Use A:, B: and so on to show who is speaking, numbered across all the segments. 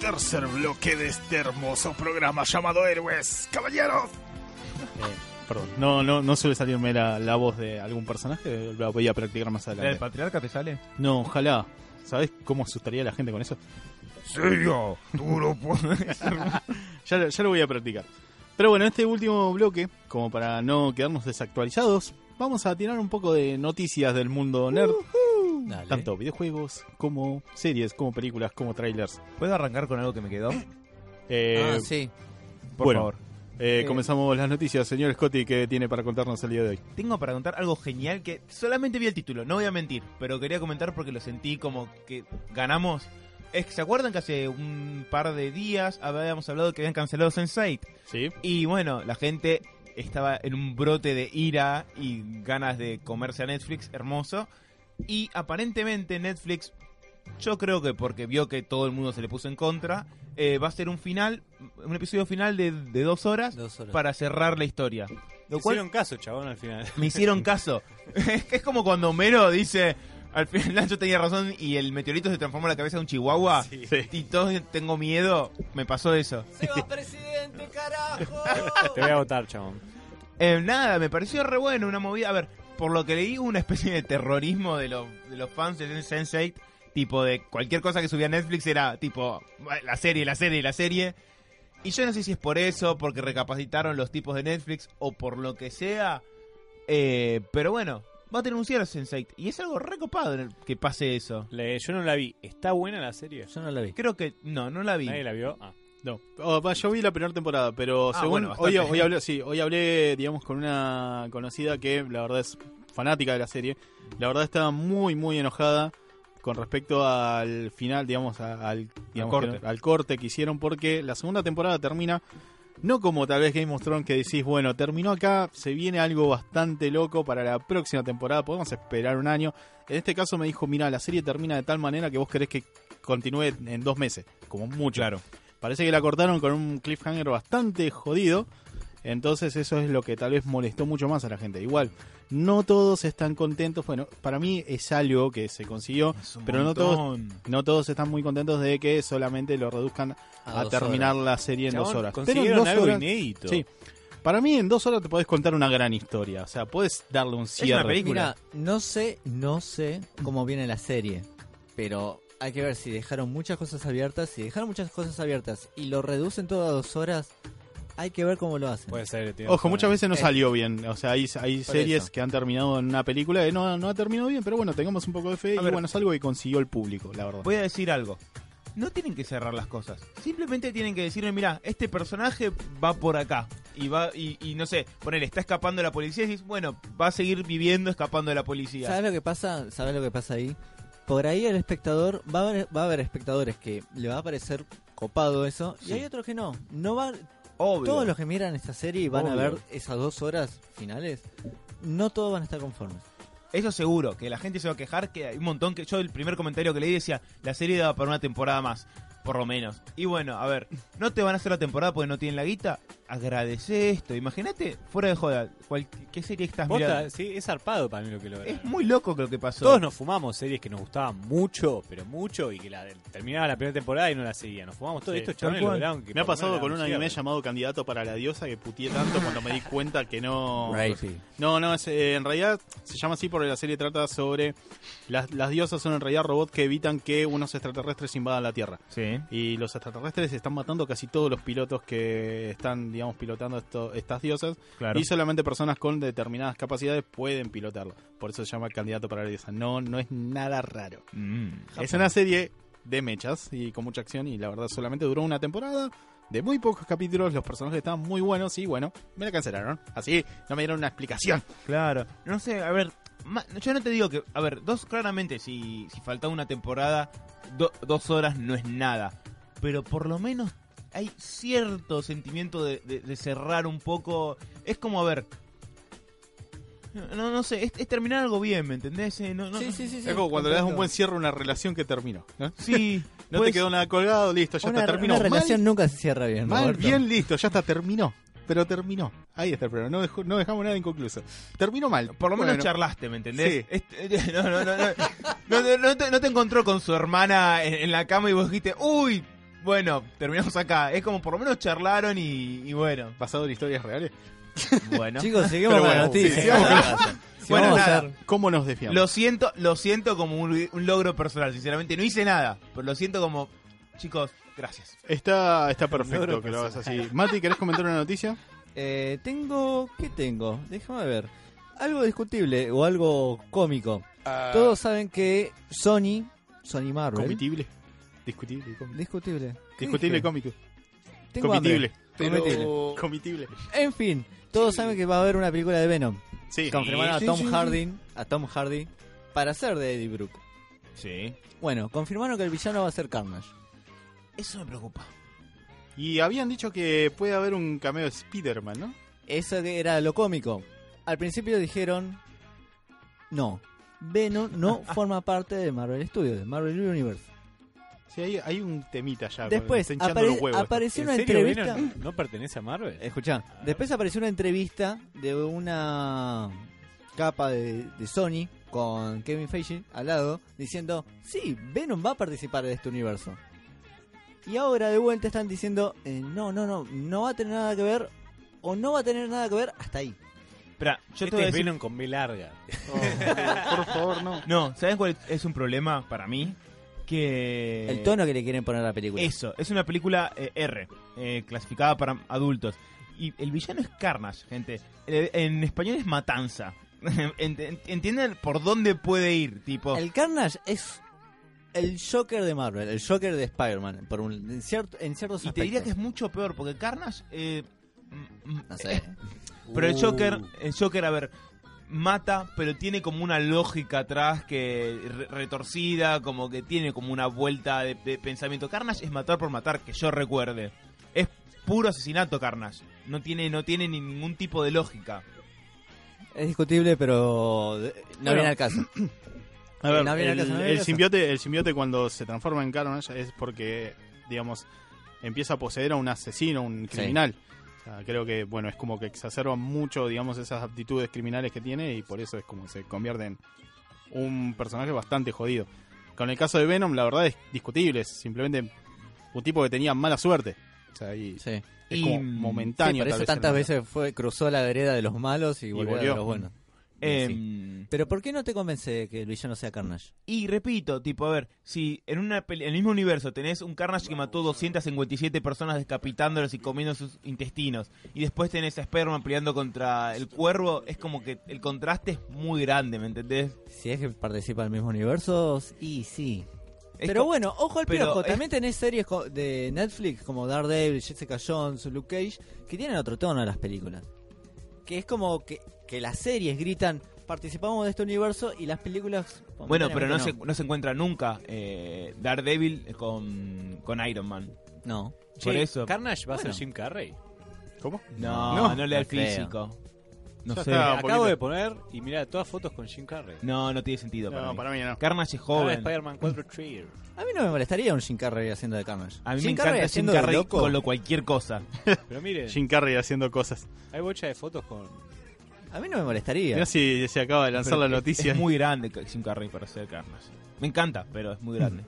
A: tercer bloque de este hermoso programa llamado Héroes. Caballeros.
B: Perdón. No, no, no suele salirme la, la voz de algún personaje. La voy a practicar más
C: ¿La del
B: adelante.
C: patriarca te sale?
B: No, ojalá. ¿Sabes cómo asustaría a la gente con eso?
A: Serio, tú lo puedes.
B: Ya, lo- ya lo voy a practicar. Pero bueno, este último bloque, como para no quedarnos desactualizados, vamos a tirar un poco de noticias del
D: Uh,
B: mundo nerd.
C: Dale.
B: Tanto videojuegos como series, como películas, como trailers.
C: ¿Puedo arrancar con algo que me quedó?
B: Eh,
E: ah, sí.
C: Por
B: Bueno.
C: favor.
B: eh,
C: Eh.
B: Comenzamos las noticias. Señor Scotty, ¿qué tiene para contarnos el día de hoy?
C: Tengo para contar algo genial que solamente vi el título, no voy a mentir, pero quería comentar porque lo sentí como que ganamos. Es que se acuerdan que hace un par de días habíamos hablado que habían cancelado Sense8
B: Sí.
C: y bueno, la gente estaba en un brote de ira y ganas de comerse a Netflix, hermoso. Y aparentemente Netflix, yo creo que porque vio que todo el mundo se le puso en contra, eh, va a ser un final, un episodio final de, de dos horas
E: Dos horas.
C: para cerrar la historia. Lo cual
D: Hicieron caso, chabón, al final.
C: me hicieron caso. es que es como cuando Homero dice, al final yo tenía razón y el meteorito se transformó en la cabeza de un chihuahua. Y todos tengo miedo, me pasó eso.
E: ¡Se va, presidente, carajo!
D: Te voy a votar, chabón.
C: Eh, nada, me pareció re bueno, una movida. A ver, por lo que leí, hubo una especie de terrorismo de los, de los fans de Sense8. Tipo, de cualquier cosa que subía a Netflix era tipo, la serie, la serie, la serie. Y yo no sé si es por eso, porque recapacitaron los tipos de Netflix o por lo que sea. eh, pero bueno, va a tener un cierre Sense8. Y es algo recopado en el que pase eso.
D: Le- yo no la vi. ¿Está buena la serie?
E: Yo no la vi.
C: Creo que. No, no la vi.
D: ¿Nadie la vio? Ah.
B: No. Oh, va, yo vi la primera temporada, pero
C: Ah,
B: según
C: bueno,
B: hoy,
C: bastante.
B: hoy hablé, sí, hoy hablé, digamos, con una conocida que la verdad es fanática de la serie. La verdad está muy, muy enojada con respecto al final, digamos, a- al, digamos que-
C: corte.
B: al corte que hicieron, porque la segunda temporada termina no como tal vez Game of Thrones que decís, bueno, terminó acá, se viene algo bastante loco para la próxima temporada, podemos esperar un año. En este caso me dijo, mira, la serie termina de tal manera que vos querés que continúe en dos meses, como mucho. Claro. Parece que la cortaron con un cliffhanger bastante jodido, entonces eso es lo que tal vez molestó mucho más a la gente. Igual, no todos están contentos, bueno, para mí es algo que se consiguió,
C: Es un
B: pero no todos,
C: montón.
B: no todos están muy contentos de que solamente lo reduzcan a,
E: dos
B: terminar
E: horas.
B: la serie en
D: Chabón,
B: dos horas. Pero en
D: Consiguieron
B: dos
D: algo
B: horas-
D: inédito.
B: Sí. Para mí en dos horas te podés contar una gran historia. O sea, podés darle un cierre.
C: una película.
E: Mira, no sé, no sé cómo viene la serie, pero hay que ver si dejaron muchas cosas abiertas. Si dejaron muchas cosas abiertas y lo reducen todo a dos horas, hay que ver cómo lo hacen.
D: Puede ser. tiene
B: Ojo,
D: razón.
B: muchas veces no
E: Eh.
B: salió bien. O sea, hay, hay
E: Por
B: series
E: eso.
B: que han terminado en una película que no, no ha terminado bien, pero bueno, tengamos un poco de fe. y
C: ver.
B: bueno, es algo que consiguió el público, la verdad.
C: Voy a decir algo. No tienen que cerrar las cosas. Simplemente tienen que decirme, mira, este personaje va por acá. Y va, y, y no sé, poner, está escapando de la policía y dices, bueno, va a seguir viviendo escapando de la policía.
E: ¿Sabes lo que pasa? ¿Sabes lo que pasa ahí? Por ahí el espectador va a haber, va a haber espectadores que le va a parecer copado eso y hay otros que no. No va
C: Obvio.
E: todos los que miran esta serie y van a
C: Obvio.
E: ver esas dos horas finales. No todos van a estar conformes.
C: Eso seguro, que la gente se va a quejar, que hay un montón que. Yo el primer comentario que leí decía, la serie daba para una temporada más, por lo menos. Y bueno, a ver, no te van a hacer la temporada porque no tienen la guita. Agradece esto. Imagínate, fuera de joda, cual- ¿qué serie estás
D: Posta,
C: mirando?
D: sí, es zarpado para mí lo que lo
C: Es muy loco lo que pasó.
D: Todos nos fumamos series que nos gustaban mucho, pero mucho, y que la, terminaba la primera temporada y no la seguía. Nos fumamos todo
B: Sí,
D: esto,
B: tal
D: chavales
C: cual.
D: lograron que
B: Me ha
D: por lo
B: pasado
D: menos
B: con
D: la
B: un anime
D: cierren.
B: llamado Candidato para la Diosa que putié tanto cuando me di cuenta que no. No, no, es, eh, en realidad se llama así porque la serie trata sobre. Las, las diosas son en realidad robots que evitan que unos extraterrestres invadan la Tierra.
C: Sí.
B: Y los extraterrestres están matando casi todos los pilotos que están, digamos, pilotando esto- estas diosas.
C: Claro.
B: Y solamente personas con determinadas capacidades pueden pilotarlo. Por eso se llama candidato para la diosa. No, no es nada raro.
C: Mm,
B: Es una serie de mechas y con mucha acción. Y la verdad, solamente duró una temporada de muy pocos capítulos. Los personajes estaban muy buenos. Y bueno, me la cancelaron. Así no me dieron una explicación.
C: Claro, no sé, a ver, ma- yo no te digo que, a ver, dos claramente, si, si faltaba una temporada, do- dos horas no es nada, pero por lo menos hay cierto sentimiento de, de- de cerrar un poco, es como, a ver, no, no sé, es, es terminar algo bien, ¿me entendés? Eh, No, no,
E: Sí, sí, sí, sí.
B: es como cuando le das un
E: Comprendo.
B: buen cierre a una relación que terminó. No,
C: sí,
B: No
C: puede
B: te quedó nada colgado, listo, ya
E: Pues, una,
B: está, terminó.
E: una
B: Mal,
E: relación nunca se cierra bien.
B: mal,
E: Roberto.
B: bien, listo, ya está, terminó. Pero terminó. Ahí está, pero no, dejó- no dejamos nada inconcluso. Terminó mal.
C: Por lo menos
B: Bueno.
C: charlaste, ¿me
B: Sí.
C: entendés? Este- no, no, no, no. No, no, no te, no te encontró con su hermana en, en la cama y vos dijiste, uy, bueno, terminamos acá. Es como por lo menos charlaron y, y bueno.
B: Basado en historias reales.
C: Bueno.
E: Chicos, seguimos
B: Pero
E: con
B: bueno,
E: la noticia.
B: sí, sigamos
E: Si
C: Bueno,
E: vamos a
C: nada.
E: hacer-
B: ¿Cómo nos desviamos?
C: Lo siento, lo siento como un, un logro personal, sinceramente. No hice nada, pero lo siento como, chicos, gracias.
B: Está, está perfecto
D: Logro
B: que lo hagas así. Mati, ¿querés comentar una noticia?
E: Eh, tengo. ¿Qué tengo? Déjame ver. Algo discutible o algo cómico.
C: Ah.
E: Todos saben que Sony. Sony Marvel.
B: Comitible. Discutible. com-
E: Discutible. ¿Qué
B: Discutible
E: dije?
B: cómico.
E: Tengo hambre.
B: Comitible.
E: Comitible.
A: Pero...
B: Comitible.
E: En fin, todos saben que va a haber una película de Venom.
B: Sí.
E: Confirmaron
C: Sí,
E: a Tom
C: sí, sí.
E: Hardy. A Tom Hardy. Para ser de Eddie Brooke.
C: Sí.
E: Bueno, confirmaron que el villano va a ser Carnage.
C: Eso me preocupa.
B: Y habían dicho que puede haber un cameo de Spider-Man, ¿no?
E: Eso que era lo cómico. Al principio dijeron. No. Venom no forma parte de Marvel Studios, de Marvel Universe.
B: Sí, hay, hay un temita ya.
E: Después
B: está hinchando
E: apare-
B: los huevos.
E: apareció
D: ¿En
E: una
D: serio,
E: entrevista.
D: Venom no pertenece a Marvel?
C: Eh,
E: Escuchá, después apareció una entrevista de una capa de, de Sony con Kevin Feige al lado diciendo, sí, Venom va a participar de este universo. Y ahora de vuelta están diciendo, eh, no, no, no, no va a tener nada que ver o no va a tener nada que ver hasta ahí.
C: Espera, yo te
D: este
C: voy a
D: es
C: decir-
D: Venom con B larga.
B: Oh, por favor, no.
C: No, ¿sabes cuál es un problema para mí? Que...
E: El tono que le quieren poner a la película.
C: Eso, es una película eh, R, eh, clasificada para adultos. Y el villano es Carnage, gente. Eh, En español es Matanza. Ent- ent- Entienden por dónde puede ir, tipo...
E: El Carnage es el Joker de Marvel, el Joker de Spider-Man, por un, en, cierto, en ciertos
C: Y te diría que es
E: aspectos.
C: mucho peor, porque Carnage... eh, mm, mm,
E: No
C: eh,
E: sé.
C: Pero el Joker,
D: Uh.
C: el Joker, a ver, mata, pero tiene como una lógica atrás que re- retorcida, como que tiene como una vuelta de, de pensamiento. Carnage es matar por matar, que yo recuerde. Es puro asesinato Carnage. No tiene, no tiene ni ningún tipo de lógica.
E: Es discutible, pero eh, no
B: Bueno,
E: viene al caso.
B: A ver,
E: No viene
B: el,
E: al caso, no viene
B: el
E: al caso.
B: simbiote, el simbiote cuando se transforma en Carnage es porque, digamos, empieza a poseer a un asesino, un
E: Sí.
B: criminal. O sea, creo que, bueno, es como que exacerba mucho, digamos, esas aptitudes criminales que tiene y por eso es como que se convierte en un personaje bastante jodido. Con el caso de Venom, la verdad es discutible, es simplemente un tipo que tenía mala suerte. O sea, y
E: Sí.
B: es
C: Y-
B: como
E: Sí,
B: momentáneo. tal
E: por eso
B: vez,
E: tantas
B: el-
E: veces fue cruzó la vereda de los malos y volvió,
B: volvió.
E: a los buenos.
C: Eh,
E: Pero ¿por qué no te convence de que el villano sea Carnage?
C: Y repito, tipo, a ver, si en, una peli- en el mismo universo tenés un Carnage que mató 257 personas decapitándolos y comiendo sus intestinos, y después tenés a Spider-Man peleando contra el cuervo, es como que el contraste es muy grande, ¿me entendés?
E: Si es que participa del mismo universo, y sí.
C: Es
E: pero
C: co-
E: bueno, ojo al
C: pero
E: piojo.
C: es-
E: También tenés series co- de Netflix como Daredevil, Jessica Jones, Luke Cage, que tienen otro tono a las películas. Que es como que, que las series gritan, participamos de este universo y las películas...
C: Bueno, pero no, Se,
E: momentáneamente
C: no se encuentra nunca eh, Daredevil con, con Iron Man.
E: No.
C: Por eso.
D: ¿Carnage va a ser
E: Bueno.
D: Jim Carrey?
B: ¿Cómo?
C: No,
E: No,
C: no, le da el
E: no creo.
C: físico. No
B: Ya
C: sé.
B: está. Ah,
D: Acabo
B: poquito.
D: de poner y mira todas fotos con Jim Carrey.
C: No, no tiene sentido. Para
B: No,
C: mí.
B: para mí no.
C: Carnage es
D: Ahora
C: joven.
D: Spider-Man 4 Trigger.
E: A mí no me molestaría un Jim Carrey haciendo de Carnage.
C: A mí me
E: Jim Carrey
C: encanta Jim
E: haciendo de
C: Carrey
E: loco.
C: con lo cualquier cosa.
D: Pero miren,
B: Jim Carrey haciendo cosas.
D: hay bocha de fotos con.
E: A mí no me molestaría.
B: Mira si se acaba de lanzar
C: Pero
B: la
C: es-
B: noticia.
C: Es muy grande Ca- Jim Carrey para ser Carnage. Me encanta, pero es muy grande.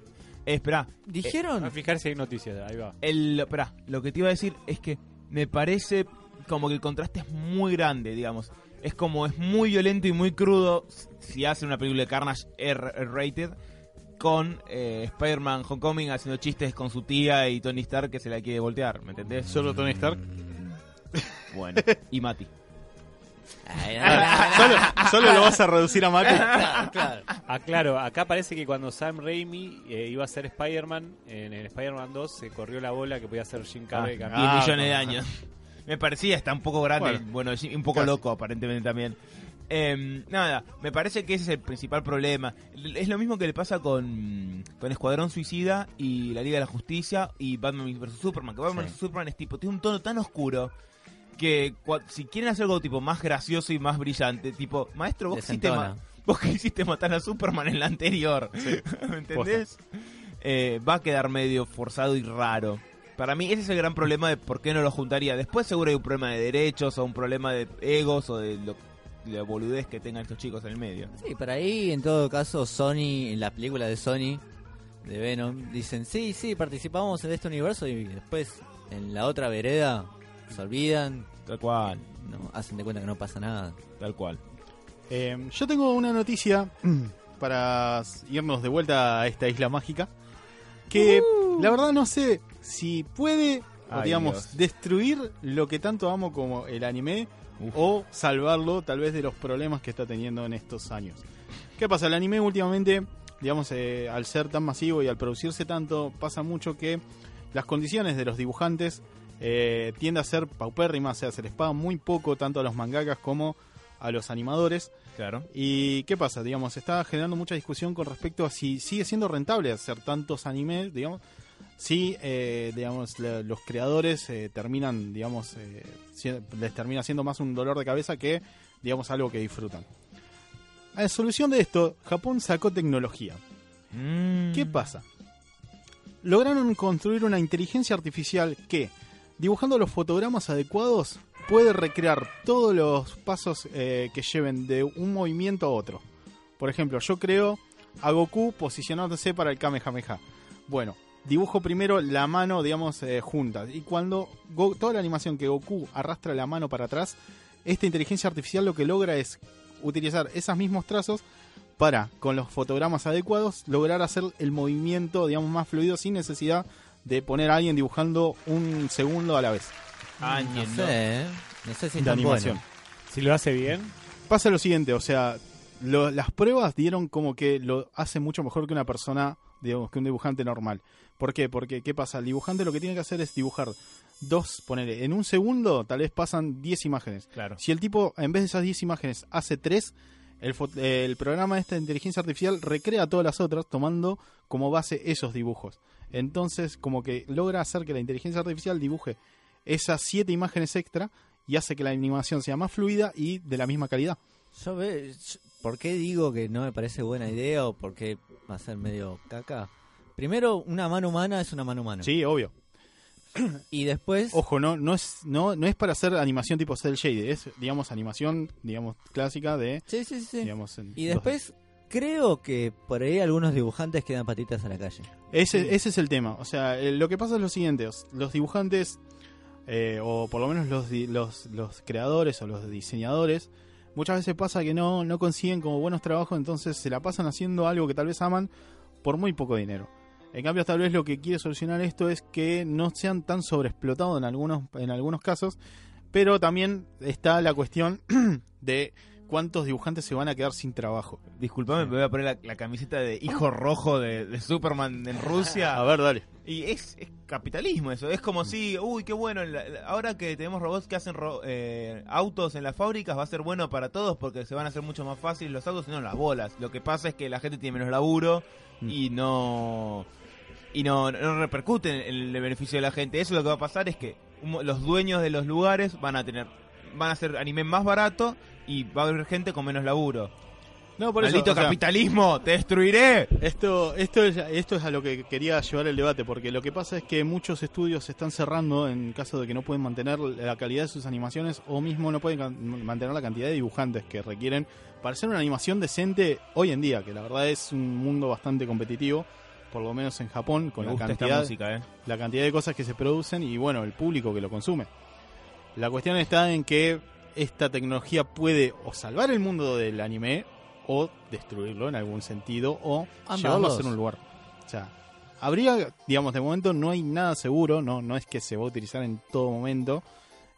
C: Eh, esperá,
E: Dijeron.
D: Van a fijar si hay noticias, ahí va.
C: el, esperá, lo que te iba a decir es que me parece como que el contraste es muy grande, digamos. Es como es muy violento y muy crudo s- si hace una película de Carnage R- rated con eh, Spider-Man Homecoming haciendo chistes con su tía y Tony Stark que se la quiere voltear, ¿me entendés?
B: Solo Tony Stark.
C: Bueno, y Mati.
E: Ay, no,
B: solo, solo lo vas a reducir a Mati.
E: claro, claro.
D: Aclaro, Ah, acá parece que cuando Sam Raimi eh, iba a ser Spider-Man, en el Spider-Man 2 se corrió la bola que podía ser Jim Carrey.
C: Ah,
D: campeón.
C: 10 millones de años. Me parecía, está un poco grande, bueno, sí, un poco
B: casi.
C: loco aparentemente también. Em, nada, me parece que ese es el principal problema. L- Es lo mismo que le pasa con, con Escuadrón Suicida y la Liga de la Justicia y Batman vs. Superman. Que Batman
E: Sí.
C: vs. Superman es tipo, tiene un tono tan oscuro que cua- si quieren hacer algo tipo más gracioso y más brillante, tipo, maestro, vos hiciste, ma-
E: Desentona.
C: vos que hiciste matar a Superman en la anterior. ¿Me entendés? Eh, va a quedar medio forzado y raro. Para mí ese es el gran problema de por qué no lo juntaría. Después seguro hay un problema de derechos o un problema de egos o de lo- de la boludez que tengan estos chicos en el medio.
E: Sí, por ahí en todo caso Sony, en la película de Sony, de Venom dicen, sí, sí, participamos en este universo y después en la otra vereda se olvidan,
C: Tal cual,
E: no, hacen de cuenta que no pasa nada.
C: tal cual.
B: Eh, yo tengo una noticia para irnos de vuelta a esta isla mágica. Que la verdad no sé si puede, o
C: Uh. Ay,
B: digamos,
C: Dios.
B: destruir lo que tanto amo como el anime
C: Uf.
B: o salvarlo tal vez de los problemas que está teniendo en estos años. ¿Qué pasa? El anime últimamente, digamos, eh, al ser tan masivo y al producirse tanto, pasa mucho que las condiciones de los dibujantes eh, tiende a ser paupérrima, o sea, se les paga muy poco tanto a los mangakas como a los animadores.
C: Claro.
B: ¿Y qué pasa? Digamos, está generando mucha discusión con respecto a si sigue siendo rentable hacer tantos animes, digamos, si, eh, digamos, la- los creadores eh, terminan, digamos, eh, si- les termina siendo más un dolor de cabeza que, digamos, algo que disfrutan. A solución de esto, Japón sacó tecnología.
C: Mm.
B: ¿Qué pasa? Lograron construir una inteligencia artificial que, dibujando los fotogramas adecuados, puede recrear todos los pasos eh, que lleven de un movimiento a otro. Por ejemplo, yo creo a Goku posicionándose para el Kamehameha. Bueno, dibujo primero la mano, digamos, eh, junta. Y cuando Go- toda la animación que Goku arrastra la mano para atrás, esta inteligencia artificial lo que logra es utilizar esos mismos trazos para, con los fotogramas adecuados, lograr hacer el movimiento, digamos, más fluido sin necesidad de poner a alguien dibujando un segundo a la vez
E: no
C: Años, ¿no?
E: sé, ¿eh? no sé si es
B: de
E: tan
B: animación.
E: bueno.
D: Si lo hace bien,
B: Pasa lo siguiente, o sea, lo- las pruebas dieron como que lo hace mucho mejor que una persona, digamos, que un dibujante normal. ¿Por qué? Porque, ¿qué pasa? El dibujante lo que tiene que hacer es dibujar dos, ponele, en un segundo tal vez pasan 10 imágenes.
C: Claro.
B: Si el tipo, en vez de esas 10 imágenes, hace 3, el, fo- eh, el programa de esta inteligencia artificial recrea todas las otras tomando como base esos dibujos. Entonces, como que logra hacer que la inteligencia artificial dibuje esas 7 imágenes extra y hace que la animación sea más fluida y de la misma calidad.
E: Yo ve, yo- ¿Por qué digo que no me parece buena idea o por qué va a ser medio caca? Primero, una mano humana es una mano humana.
B: Sí, obvio.
E: Y después,
B: Ojo, no, no, es, no, no es para hacer animación tipo cel shade, es, digamos, animación, digamos, clásica de,
E: sí, sí, sí.
B: digamos... en
E: Y
B: 2D.
E: después, creo que por ahí algunos dibujantes quedan patitas a la calle.
B: Ese, ese es el tema. O sea, eh, lo que pasa es lo siguiente: os- los dibujantes, eh, o por lo menos los, di- los, los creadores o los diseñadores, muchas veces pasa que no, no consiguen como buenos trabajos, entonces se la pasan haciendo algo que tal vez aman por muy poco dinero. En cambio, tal vez lo que quiere solucionar esto es que no sean tan sobreexplotados en algunos, en algunos casos, pero también está la cuestión de cuántos dibujantes se van a quedar sin trabajo.
C: Disculpame, me voy a poner la, la camiseta de hijo rojo de, de Superman en Rusia.
B: A ver, dale.
C: Y es, es capitalismo eso. Es
B: Mm.
C: como si, uy, qué bueno, la- la- ahora que tenemos robots que hacen ro- eh, autos en las fábricas, va a ser bueno para todos porque se van a hacer mucho más fácil los autos y no las bolas. Lo que pasa es que la gente tiene menos laburo
B: Mm.
C: y no y no, no repercute en el beneficio de la gente. Eso lo que va a pasar es que un mo- los dueños de los lugares van a tener van a hacer anime más barato y va a haber gente con menos laburo.
B: No, por
C: Maldito
B: o sea,
C: capitalismo, te destruiré.
B: Esto, esto, es, esto es a lo que quería llevar el debate, porque lo que pasa es que muchos estudios se están cerrando en caso de que no pueden mantener la calidad de sus animaciones o mismo no pueden can- mantener la cantidad de dibujantes que requieren para hacer una animación decente hoy en día, que la verdad es un mundo bastante competitivo, por lo menos en Japón, con
C: Me
B: la
C: gusta esta
B: cantidad,
C: música, eh.
B: la cantidad de cosas que se producen y bueno, el público que lo consume. La cuestión está en que esta tecnología puede o salvar el mundo del anime o destruirlo en algún sentido o
E: Ambas
B: llevarlo
E: dos.
B: a ser un lugar. O sea, habría, digamos, de momento no hay nada seguro, no, no es que se va a utilizar en todo momento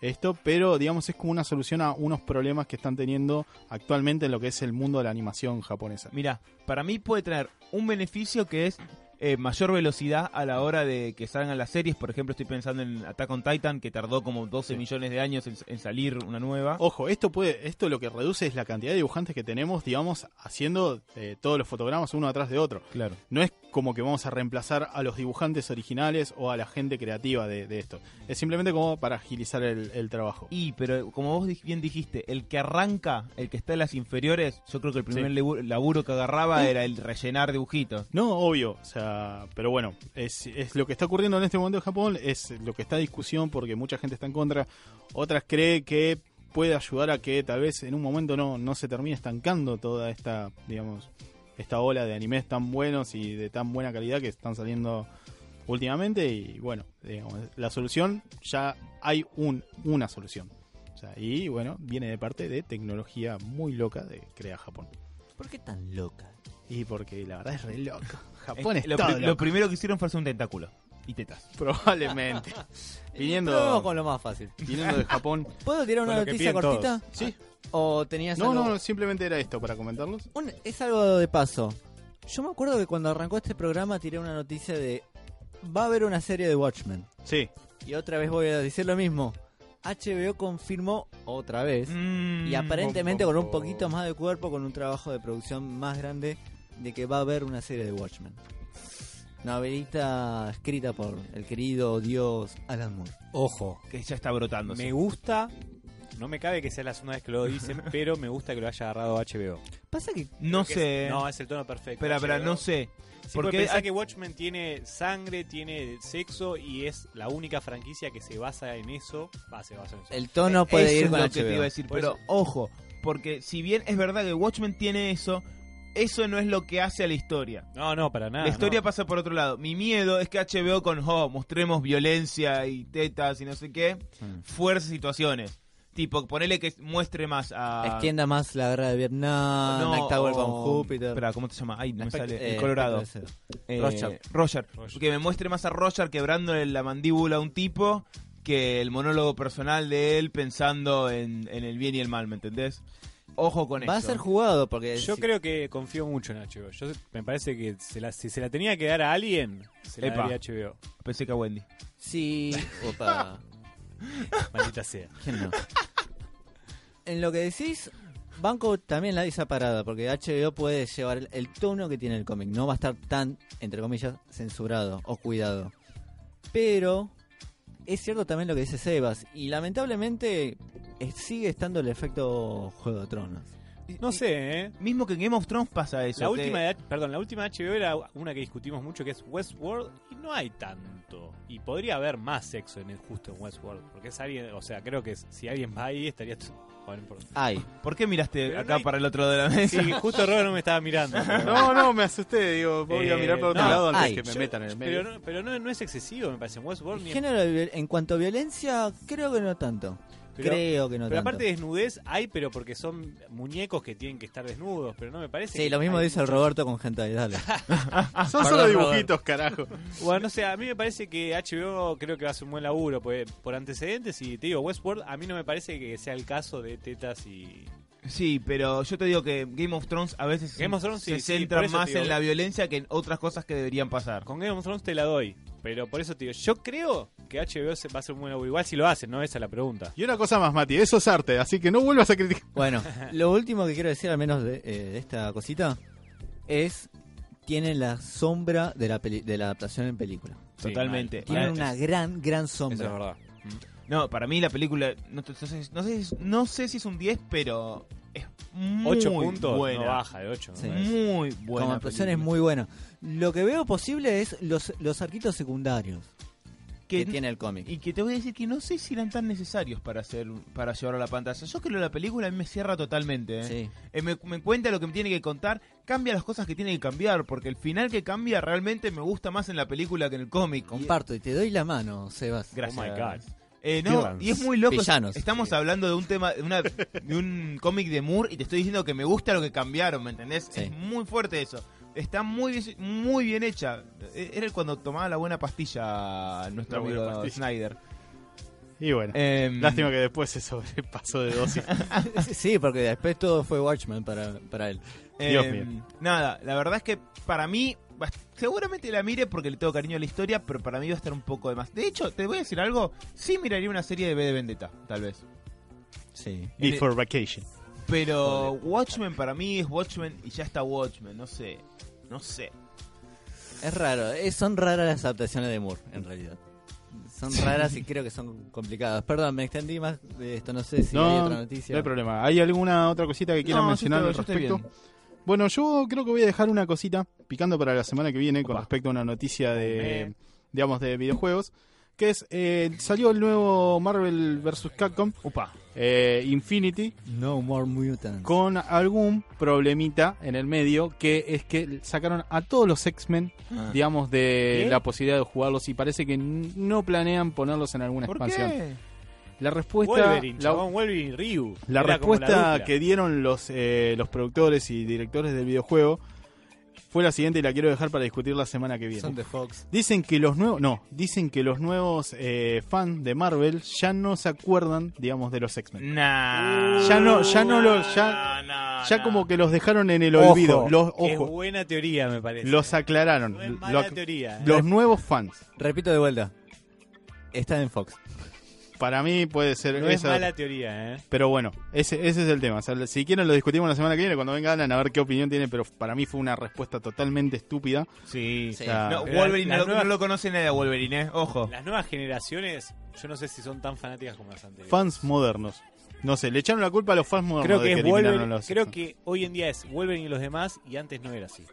B: esto, pero digamos es como una solución a unos problemas que están teniendo actualmente en lo que es el mundo de la animación japonesa.
C: Mira, para mí puede traer un beneficio que es eh, mayor velocidad a la hora de que salgan las series. Por ejemplo, estoy pensando en Attack on Titan, que tardó como 12
B: Sí. Oh.
C: millones de años en, en salir una nueva.
B: Ojo, esto puede, esto lo que reduce es la cantidad de dibujantes que tenemos, digamos, haciendo eh, todos los fotogramas uno atrás de otro.
C: claro.
B: No es como que vamos a reemplazar a los dibujantes originales o a la gente creativa de, de esto. Es simplemente como para agilizar el, el trabajo.
C: Y, pero como vos di- bien dijiste, el que arranca, el que está en las inferiores, yo creo que el primer
B: Sí.
C: lebu- laburo que agarraba era el rellenar dibujitos.
B: No, obvio, o sea, pero bueno, es, es lo que está ocurriendo en este momento en Japón, es lo que está en discusión porque mucha gente está en contra, otras cree que puede ayudar a que tal vez en un momento no, no se termine estancando toda esta, digamos, esta ola de animes tan buenos y de tan buena calidad que están saliendo últimamente. Y bueno, digamos, la solución ya hay un, una solución. O sea, y bueno, viene de parte de tecnología muy loca de Crea Japón.
E: ¿Por qué tan loca?
B: Y porque la verdad es re loco. Japón es,
C: lo,
B: todo
C: pri- lo
B: loco.
C: primero que hicieron fue hacer un tentáculo. Y tetas.
B: Probablemente. Viniendo-
E: Vamos con lo más fácil.
B: Viniendo de Japón.
E: ¿Puedo tirar
D: Con
E: una
D: lo que
E: noticia
D: piden
E: cortita? Ah,
B: Sí.
E: ¿O tenías
B: No,
E: algo?
B: no, simplemente era esto para comentarlos.
E: Un- es algo de paso. Yo me acuerdo que cuando arrancó este programa tiré una noticia de... Va a haber una serie de Watchmen.
B: Sí.
E: Y otra vez voy a decir lo mismo. HBO confirmó otra vez.
B: Mm,
E: Y aparentemente con un poquito más de cuerpo, con un trabajo de producción más grande, de que va a haber una serie de Watchmen. Novelita escrita por el querido dios Alan Moore.
D: Ojo,
C: Que ya está brotando.
D: me gusta. No me cabe que sea la segunda vez que lo dicen, pero me gusta que lo haya agarrado HBO.
E: Pasa que
C: No
D: Que
C: sé.
D: es- no, es el tono perfecto.
C: espera, espera,
D: HBO.
C: no sé.
D: Sí,
C: ¿Por
D: porque
C: qué
D: pensá
C: hay-
D: que Watchmen tiene sangre, tiene sexo y es la única franquicia que se basa en eso. Va, se basa en
C: Eh,
D: eso.
E: el tono puede
C: Eso
E: ir
C: es
E: con
C: lo que te iba a
E: HBO.
C: decir,
D: Por
C: pero
D: eso-
C: ojo, porque si bien es verdad que Watchmen tiene eso, eso no es lo que hace a la historia.
D: No, no, para nada.
C: la historia
D: Ah, no.
C: pasa por otro lado. Mi miedo es que HBO con oh, mostremos violencia y tetas y no sé qué,
D: Mm.
C: fuerza situaciones. Tipo, ponele que muestre más a
E: Extienda más la guerra de Vietnam,
C: No,
E: Night Tower con
C: o-
E: Júpiter.
C: Espera, ¿cómo te llama? Ay, no me
E: Aspect-
C: sale.
E: eh,
C: el Colorado.
E: Aspecto de cero.
C: Eh,
E: Roger.
C: Roger.
D: Roger.
C: Que me muestre más a Roger quebrándole la mandíbula a un tipo que el monólogo personal de él pensando en, en el bien y el mal, ¿me entendés? Ojo con eso.
E: Va a ser jugado porque
D: Yo
E: si-
D: creo que confío mucho en HBO. Yo, me parece que se la- si se la tenía que dar a alguien, se la
C: Epa.
D: daría a HBO.
C: Pensé que a Wendy.
E: Sí. Opa.
D: Maldita sea.
E: ¿Quién no? en lo que decís, Banco también la dice parada, porque HBO puede llevar el, el tono que tiene el cómic. No va a estar tan, entre comillas, censurado o cuidado. Pero es cierto también lo que dice Sebas. Y lamentablemente eh, sigue estando el efecto Juego de Tronos.
D: No sé, ¿eh?
C: Mismo que en Game of Thrones pasa eso.
D: La
C: que-
D: última, de- perdón, la última de HBO era una que discutimos mucho que es Westworld y no hay tanto. Y podría haber más sexo en el, justo en Westworld. Porque es alguien, o sea, creo que si alguien va ahí estaría... t- Bueno, por...
E: Ay,
C: ¿Por qué miraste
D: Pero no
C: acá
D: hay-
C: para el otro lado de la mesa?
D: Sí, justo Robert no me estaba mirando. pero-
B: No, no, me asusté, digo, voy a
D: Eh,
B: mirar para otro
D: no,
B: lado antes
E: ay,
B: que me
D: yo-
B: metan en el medio.
D: Pero, no, pero no, no es excesivo, me parece. En Westworld ni en-
E: género de viol- en cuanto a violencia, creo que no tanto.
D: Pero-
E: creo que no
D: Pero
E: tanto.
D: aparte de desnudez hay, pero porque son muñecos que tienen que estar desnudos. Pero no me parece...
E: Sí,
D: que
E: lo mismo
D: hay
E: dice el Roberto con gente de Dale.
B: Ah, Son
E: Perdón,
B: solo
E: Robert.
B: dibujitos, carajo.
D: Bueno, no sé, a mí me parece que HBO creo que va a hacer un buen laburo pues, por antecedentes y te digo, Westworld a mí no me parece que sea el caso de tetas y...
C: Sí, pero yo te digo que Game of Thrones a veces
D: Game of Thrones,
C: se
D: sí, sí,
C: centra
D: por eso
C: más
D: te digo. eh.
C: en la violencia que en otras cosas que deberían pasar.
D: Con Game of Thrones te la doy, pero por eso te digo, yo creo que HBO se va a hacer un buen laburo. Igual si lo hacen, ¿no? Esa es la pregunta.
B: Y una cosa más, Mati, eso es arte, así que no vuelvas a criticar.
E: Bueno, lo último que quiero decir, al menos de, eh, de esta cosita, es. Tienen la sombra de la, peli- de la adaptación en película.
D: Sí,
C: Totalmente.
D: mal.
E: Tienen
C: Ah,
E: una gran, gran
D: Eso es
E: sombra.
D: verdad.
C: No, para mí la película, no, te- no sé, no sé si- no sé si es un 10, pero es muy
D: 8 puntos,
C: buena.
D: no baja de 8.
E: Sí.
C: Muy buena.
E: Como adaptación es
C: película.
E: muy buena. Lo que veo posible es los, los arquitos secundarios que,
C: Que-
E: tiene el cómic.
C: Y que te voy a decir que no sé si eran tan necesarios para hacer para llevarlo a la pantalla. Yo creo que la película a mí me cierra totalmente. ¿eh?
E: Sí.
C: Eh, me, me cuenta lo que me tiene que contar, cambia las cosas que tiene que cambiar, porque el final que cambia realmente me gusta más en la película que en el cómic.
E: Comparto y te doy la mano, Sebas.
C: Y- Gracias.
D: Oh my God.
C: Eh, no,
D: Villains.
C: y es muy loco.
E: Villanos.
C: Estamos
E: Sí.
C: hablando de un tema, de, una- de un cómic de Moore y te estoy diciendo que me gusta lo que cambiaron, ¿me entendés?
E: Sí.
C: Es muy fuerte eso. Está muy bien, muy bien hecha. Eh, Era cuando tomaba la buena pastilla nuestro
B: La buena
C: amigo
B: pastilla.
C: Snyder.
B: Y bueno,
D: Eh,
C: Em,
B: lástima
D: mm.
B: que después se sobrepasó de dosis.
E: Sí, porque después todo fue Watchmen para, para él.
B: Dios
C: Eh,
B: mío.
C: Nada, la verdad es que para mí, bast- seguramente la mire porque le tengo cariño a la historia, pero para mí va a estar un poco de más. De hecho, te voy a decir algo, sí miraría una serie de B de Vendetta, tal vez.
E: Sí.
B: Y for vacation.
C: Pero Watchmen para mí es Watchmen y ya está Watchmen, no sé, no sé.
E: Es raro, eh, son raras las adaptaciones de Moore, en realidad. Son raras y creo que son complicadas. Perdón, me extendí más de esto, no sé si hay
B: no,
E: otra
B: no
E: noticia.
B: hay problema. ¿Hay alguna otra cosita que quieran
C: No, yo
B: mencionar
C: estoy-
B: al
C: yo estoy
B: respecto?
C: bien.
B: Bueno, yo creo que voy a dejar una cosita picando para la semana que viene con
C: Opa.
B: respecto a una noticia de,
D: Hombre.
B: digamos, de videojuegos. que es, eh, salió el nuevo Marvel vs. Capcom,
C: Upa.
B: eh, Infinity,
E: No More Mutants.
B: con algún problemita en el medio, que es que sacaron a todos los X-Men,
E: Ah.
B: digamos, de
D: ¿Qué?
B: la posibilidad de jugarlos y parece que n- no planean ponerlos en alguna
C: ¿Por
B: expansión.
C: qué?
B: La respuesta...
D: Wolverine,
B: la-
D: chabón, Wolverine Ryu.
B: La
D: Era como
B: respuesta
D: dupla.
B: que dieron los, eh, los productores y directores del videojuego fue la siguiente y la quiero dejar para discutir la semana que viene.
E: Son de Fox.
B: Dicen que los nuevos, no, dicen que los nuevos eh, fans de Marvel ya no se acuerdan, digamos, de los X-Men.
C: Nah.
B: Ya no, ya no lo, ya,
D: Uh,
C: Nah, nah,
B: ya
C: nah.
B: como que los dejaron en el
E: Ojo.
B: olvido. Los,
D: Es
B: ojo,
D: buena teoría, me parece.
B: los aclararon.
D: No es
B: Lo-
D: mala teoría. ¿eh?
B: los nuevos fans.
E: Repito de vuelta. Está en Fox.
B: Para mí puede ser
D: no es
B: esa.
D: mala teoría, ¿eh?
B: Pero bueno, ese, ese es el tema. O sea, si quieren lo discutimos la semana que viene cuando venga Alan a ver qué opinión tiene, pero para mí fue una respuesta totalmente estúpida.
C: Sí.
E: Sí.
B: O sea,
C: No,
D: Pero
C: Wolverine
D: la
C: no, lo-
D: nueva-
C: no lo conoce nadie a Wolverine, eh. Ojo.
D: Las nuevas generaciones, yo no sé si son tan fanáticas como las anteriores.
B: Fans modernos. No sé, le echaron la culpa a los fans modernos
D: creo que
B: de
D: es
B: eliminaron
D: Wolverine,
B: los-
D: creo que hoy en día es Wolverine y los demás y antes no era así.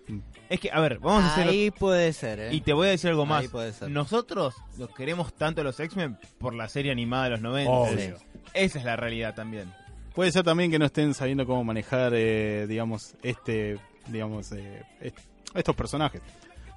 C: Es que, a ver, vamos a hacer.
E: Ahí puede ser, ¿eh?
C: Y te voy a decir algo más.
E: Ahí puede ser.
C: Nosotros los queremos tanto a los X-Men por la serie animada de los 90.
D: Obvio.
C: Sí. Esa es la realidad también.
B: Puede ser también que no estén sabiendo cómo manejar, eh, digamos, este, digamos, eh, est- estos personajes,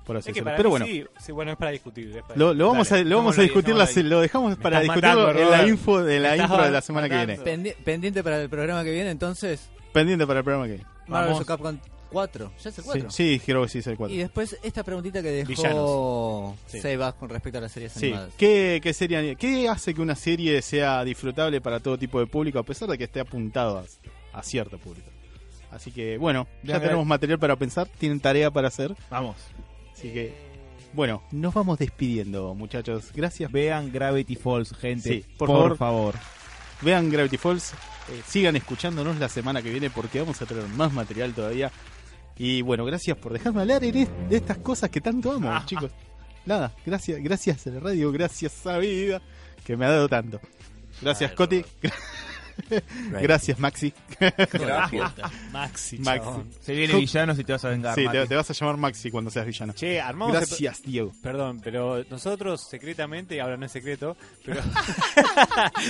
B: por así
D: Es que
B: decirlo.
D: para
B: Pero
D: mí
B: bueno,
D: sí, sí, bueno, es para discutir. es para-
B: lo, lo vamos
C: Dale,
B: a, lo vamos a
C: dejémoslo ahí,
B: discutir, la-
C: dejémoslo
B: lo dejamos
D: Me
B: para
D: estás
B: discutirlo
D: matando,
B: en la
D: Robert.
B: info de la
D: Me estás
B: intro de la semana que
D: matando.
B: viene.
E: Pendi- pendiente para el programa que viene, entonces.
B: Pendiente para el programa que viene.
E: Marvel
C: Vamos.
E: vs. Capcom 4. Ya es el 4.
B: Sí, sí, creo que sí es el 4.
E: Y después esta preguntita que dejó
D: Villanos. Sí.
E: Sebas con respecto a las series
B: Sí,
E: animadas.
B: ¿Qué, qué, serie ani- ¿qué hace que una serie sea disfrutable para todo tipo de público, a pesar de que esté apuntado a, a cierto público? Así que, bueno, ya,
C: Ya,
B: tenemos
C: ya.
B: material para pensar, tienen tarea para hacer,
C: Vamos.
B: así que, bueno, nos vamos despidiendo, muchachos. Gracias.
C: Vean Gravity Falls, gente.
B: Sí, por favor.
C: por favor.
B: Vean Gravity Falls, eh, sigan escuchándonos la semana que viene porque vamos a traer más material todavía. Y bueno, gracias por dejarme hablar en es- de estas cosas que tanto amo, chicos. Nada, gracias, gracias a la radio, gracias a vida que me ha dado tanto. Gracias,
F: Ay,
B: Coti. Gracias, Maxi.
F: Gracias.
B: Maxi.
D: Maxi, chabón.
C: Se viene
B: Yo-
C: villanos y te vas a vengar.
B: Sí, te,
C: Mati.
B: te vas a llamar Maxi cuando seas villano.
D: Che, armamos el-
B: Gracias, Diego.
D: Perdón, pero nosotros secretamente, ahora no es secreto, pero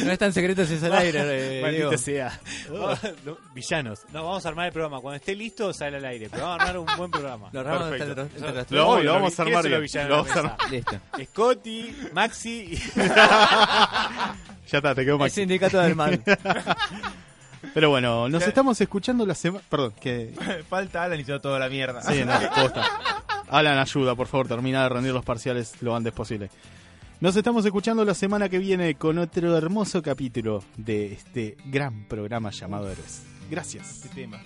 E: No es tan secreto si es al aire, eh, Diego.
D: maldita sea. No, villanos. No, vamos a armar el programa. Cuando esté listo, sale al aire. Pero vamos a armar un buen programa.
E: Lo armamos entre
B: Perfecto.
E: los- entre los tres.
B: Lo,
D: Obvio,
B: lo vamos a
D: ¿quiénes
B: armar
D: son los
B: bien,
D: villanos
B: lo
D: de
B: vamos a
D: la
B: armar.
E: Listo.
D: Scotty, Maxi y
B: Ya está, te quedó
E: El
B: Maxi.
E: sindicato del mal.
B: Pero bueno, nos estamos escuchando la semana... Perdón, que
C: Falta Alan y se va toda la mierda.
B: Sí, no, posta. Alan, ayuda, por favor, termina de rendir los parciales lo antes posible. Nos estamos escuchando la semana que viene con otro hermoso capítulo de este gran programa llamado Héroes. Gracias.
C: Este tema.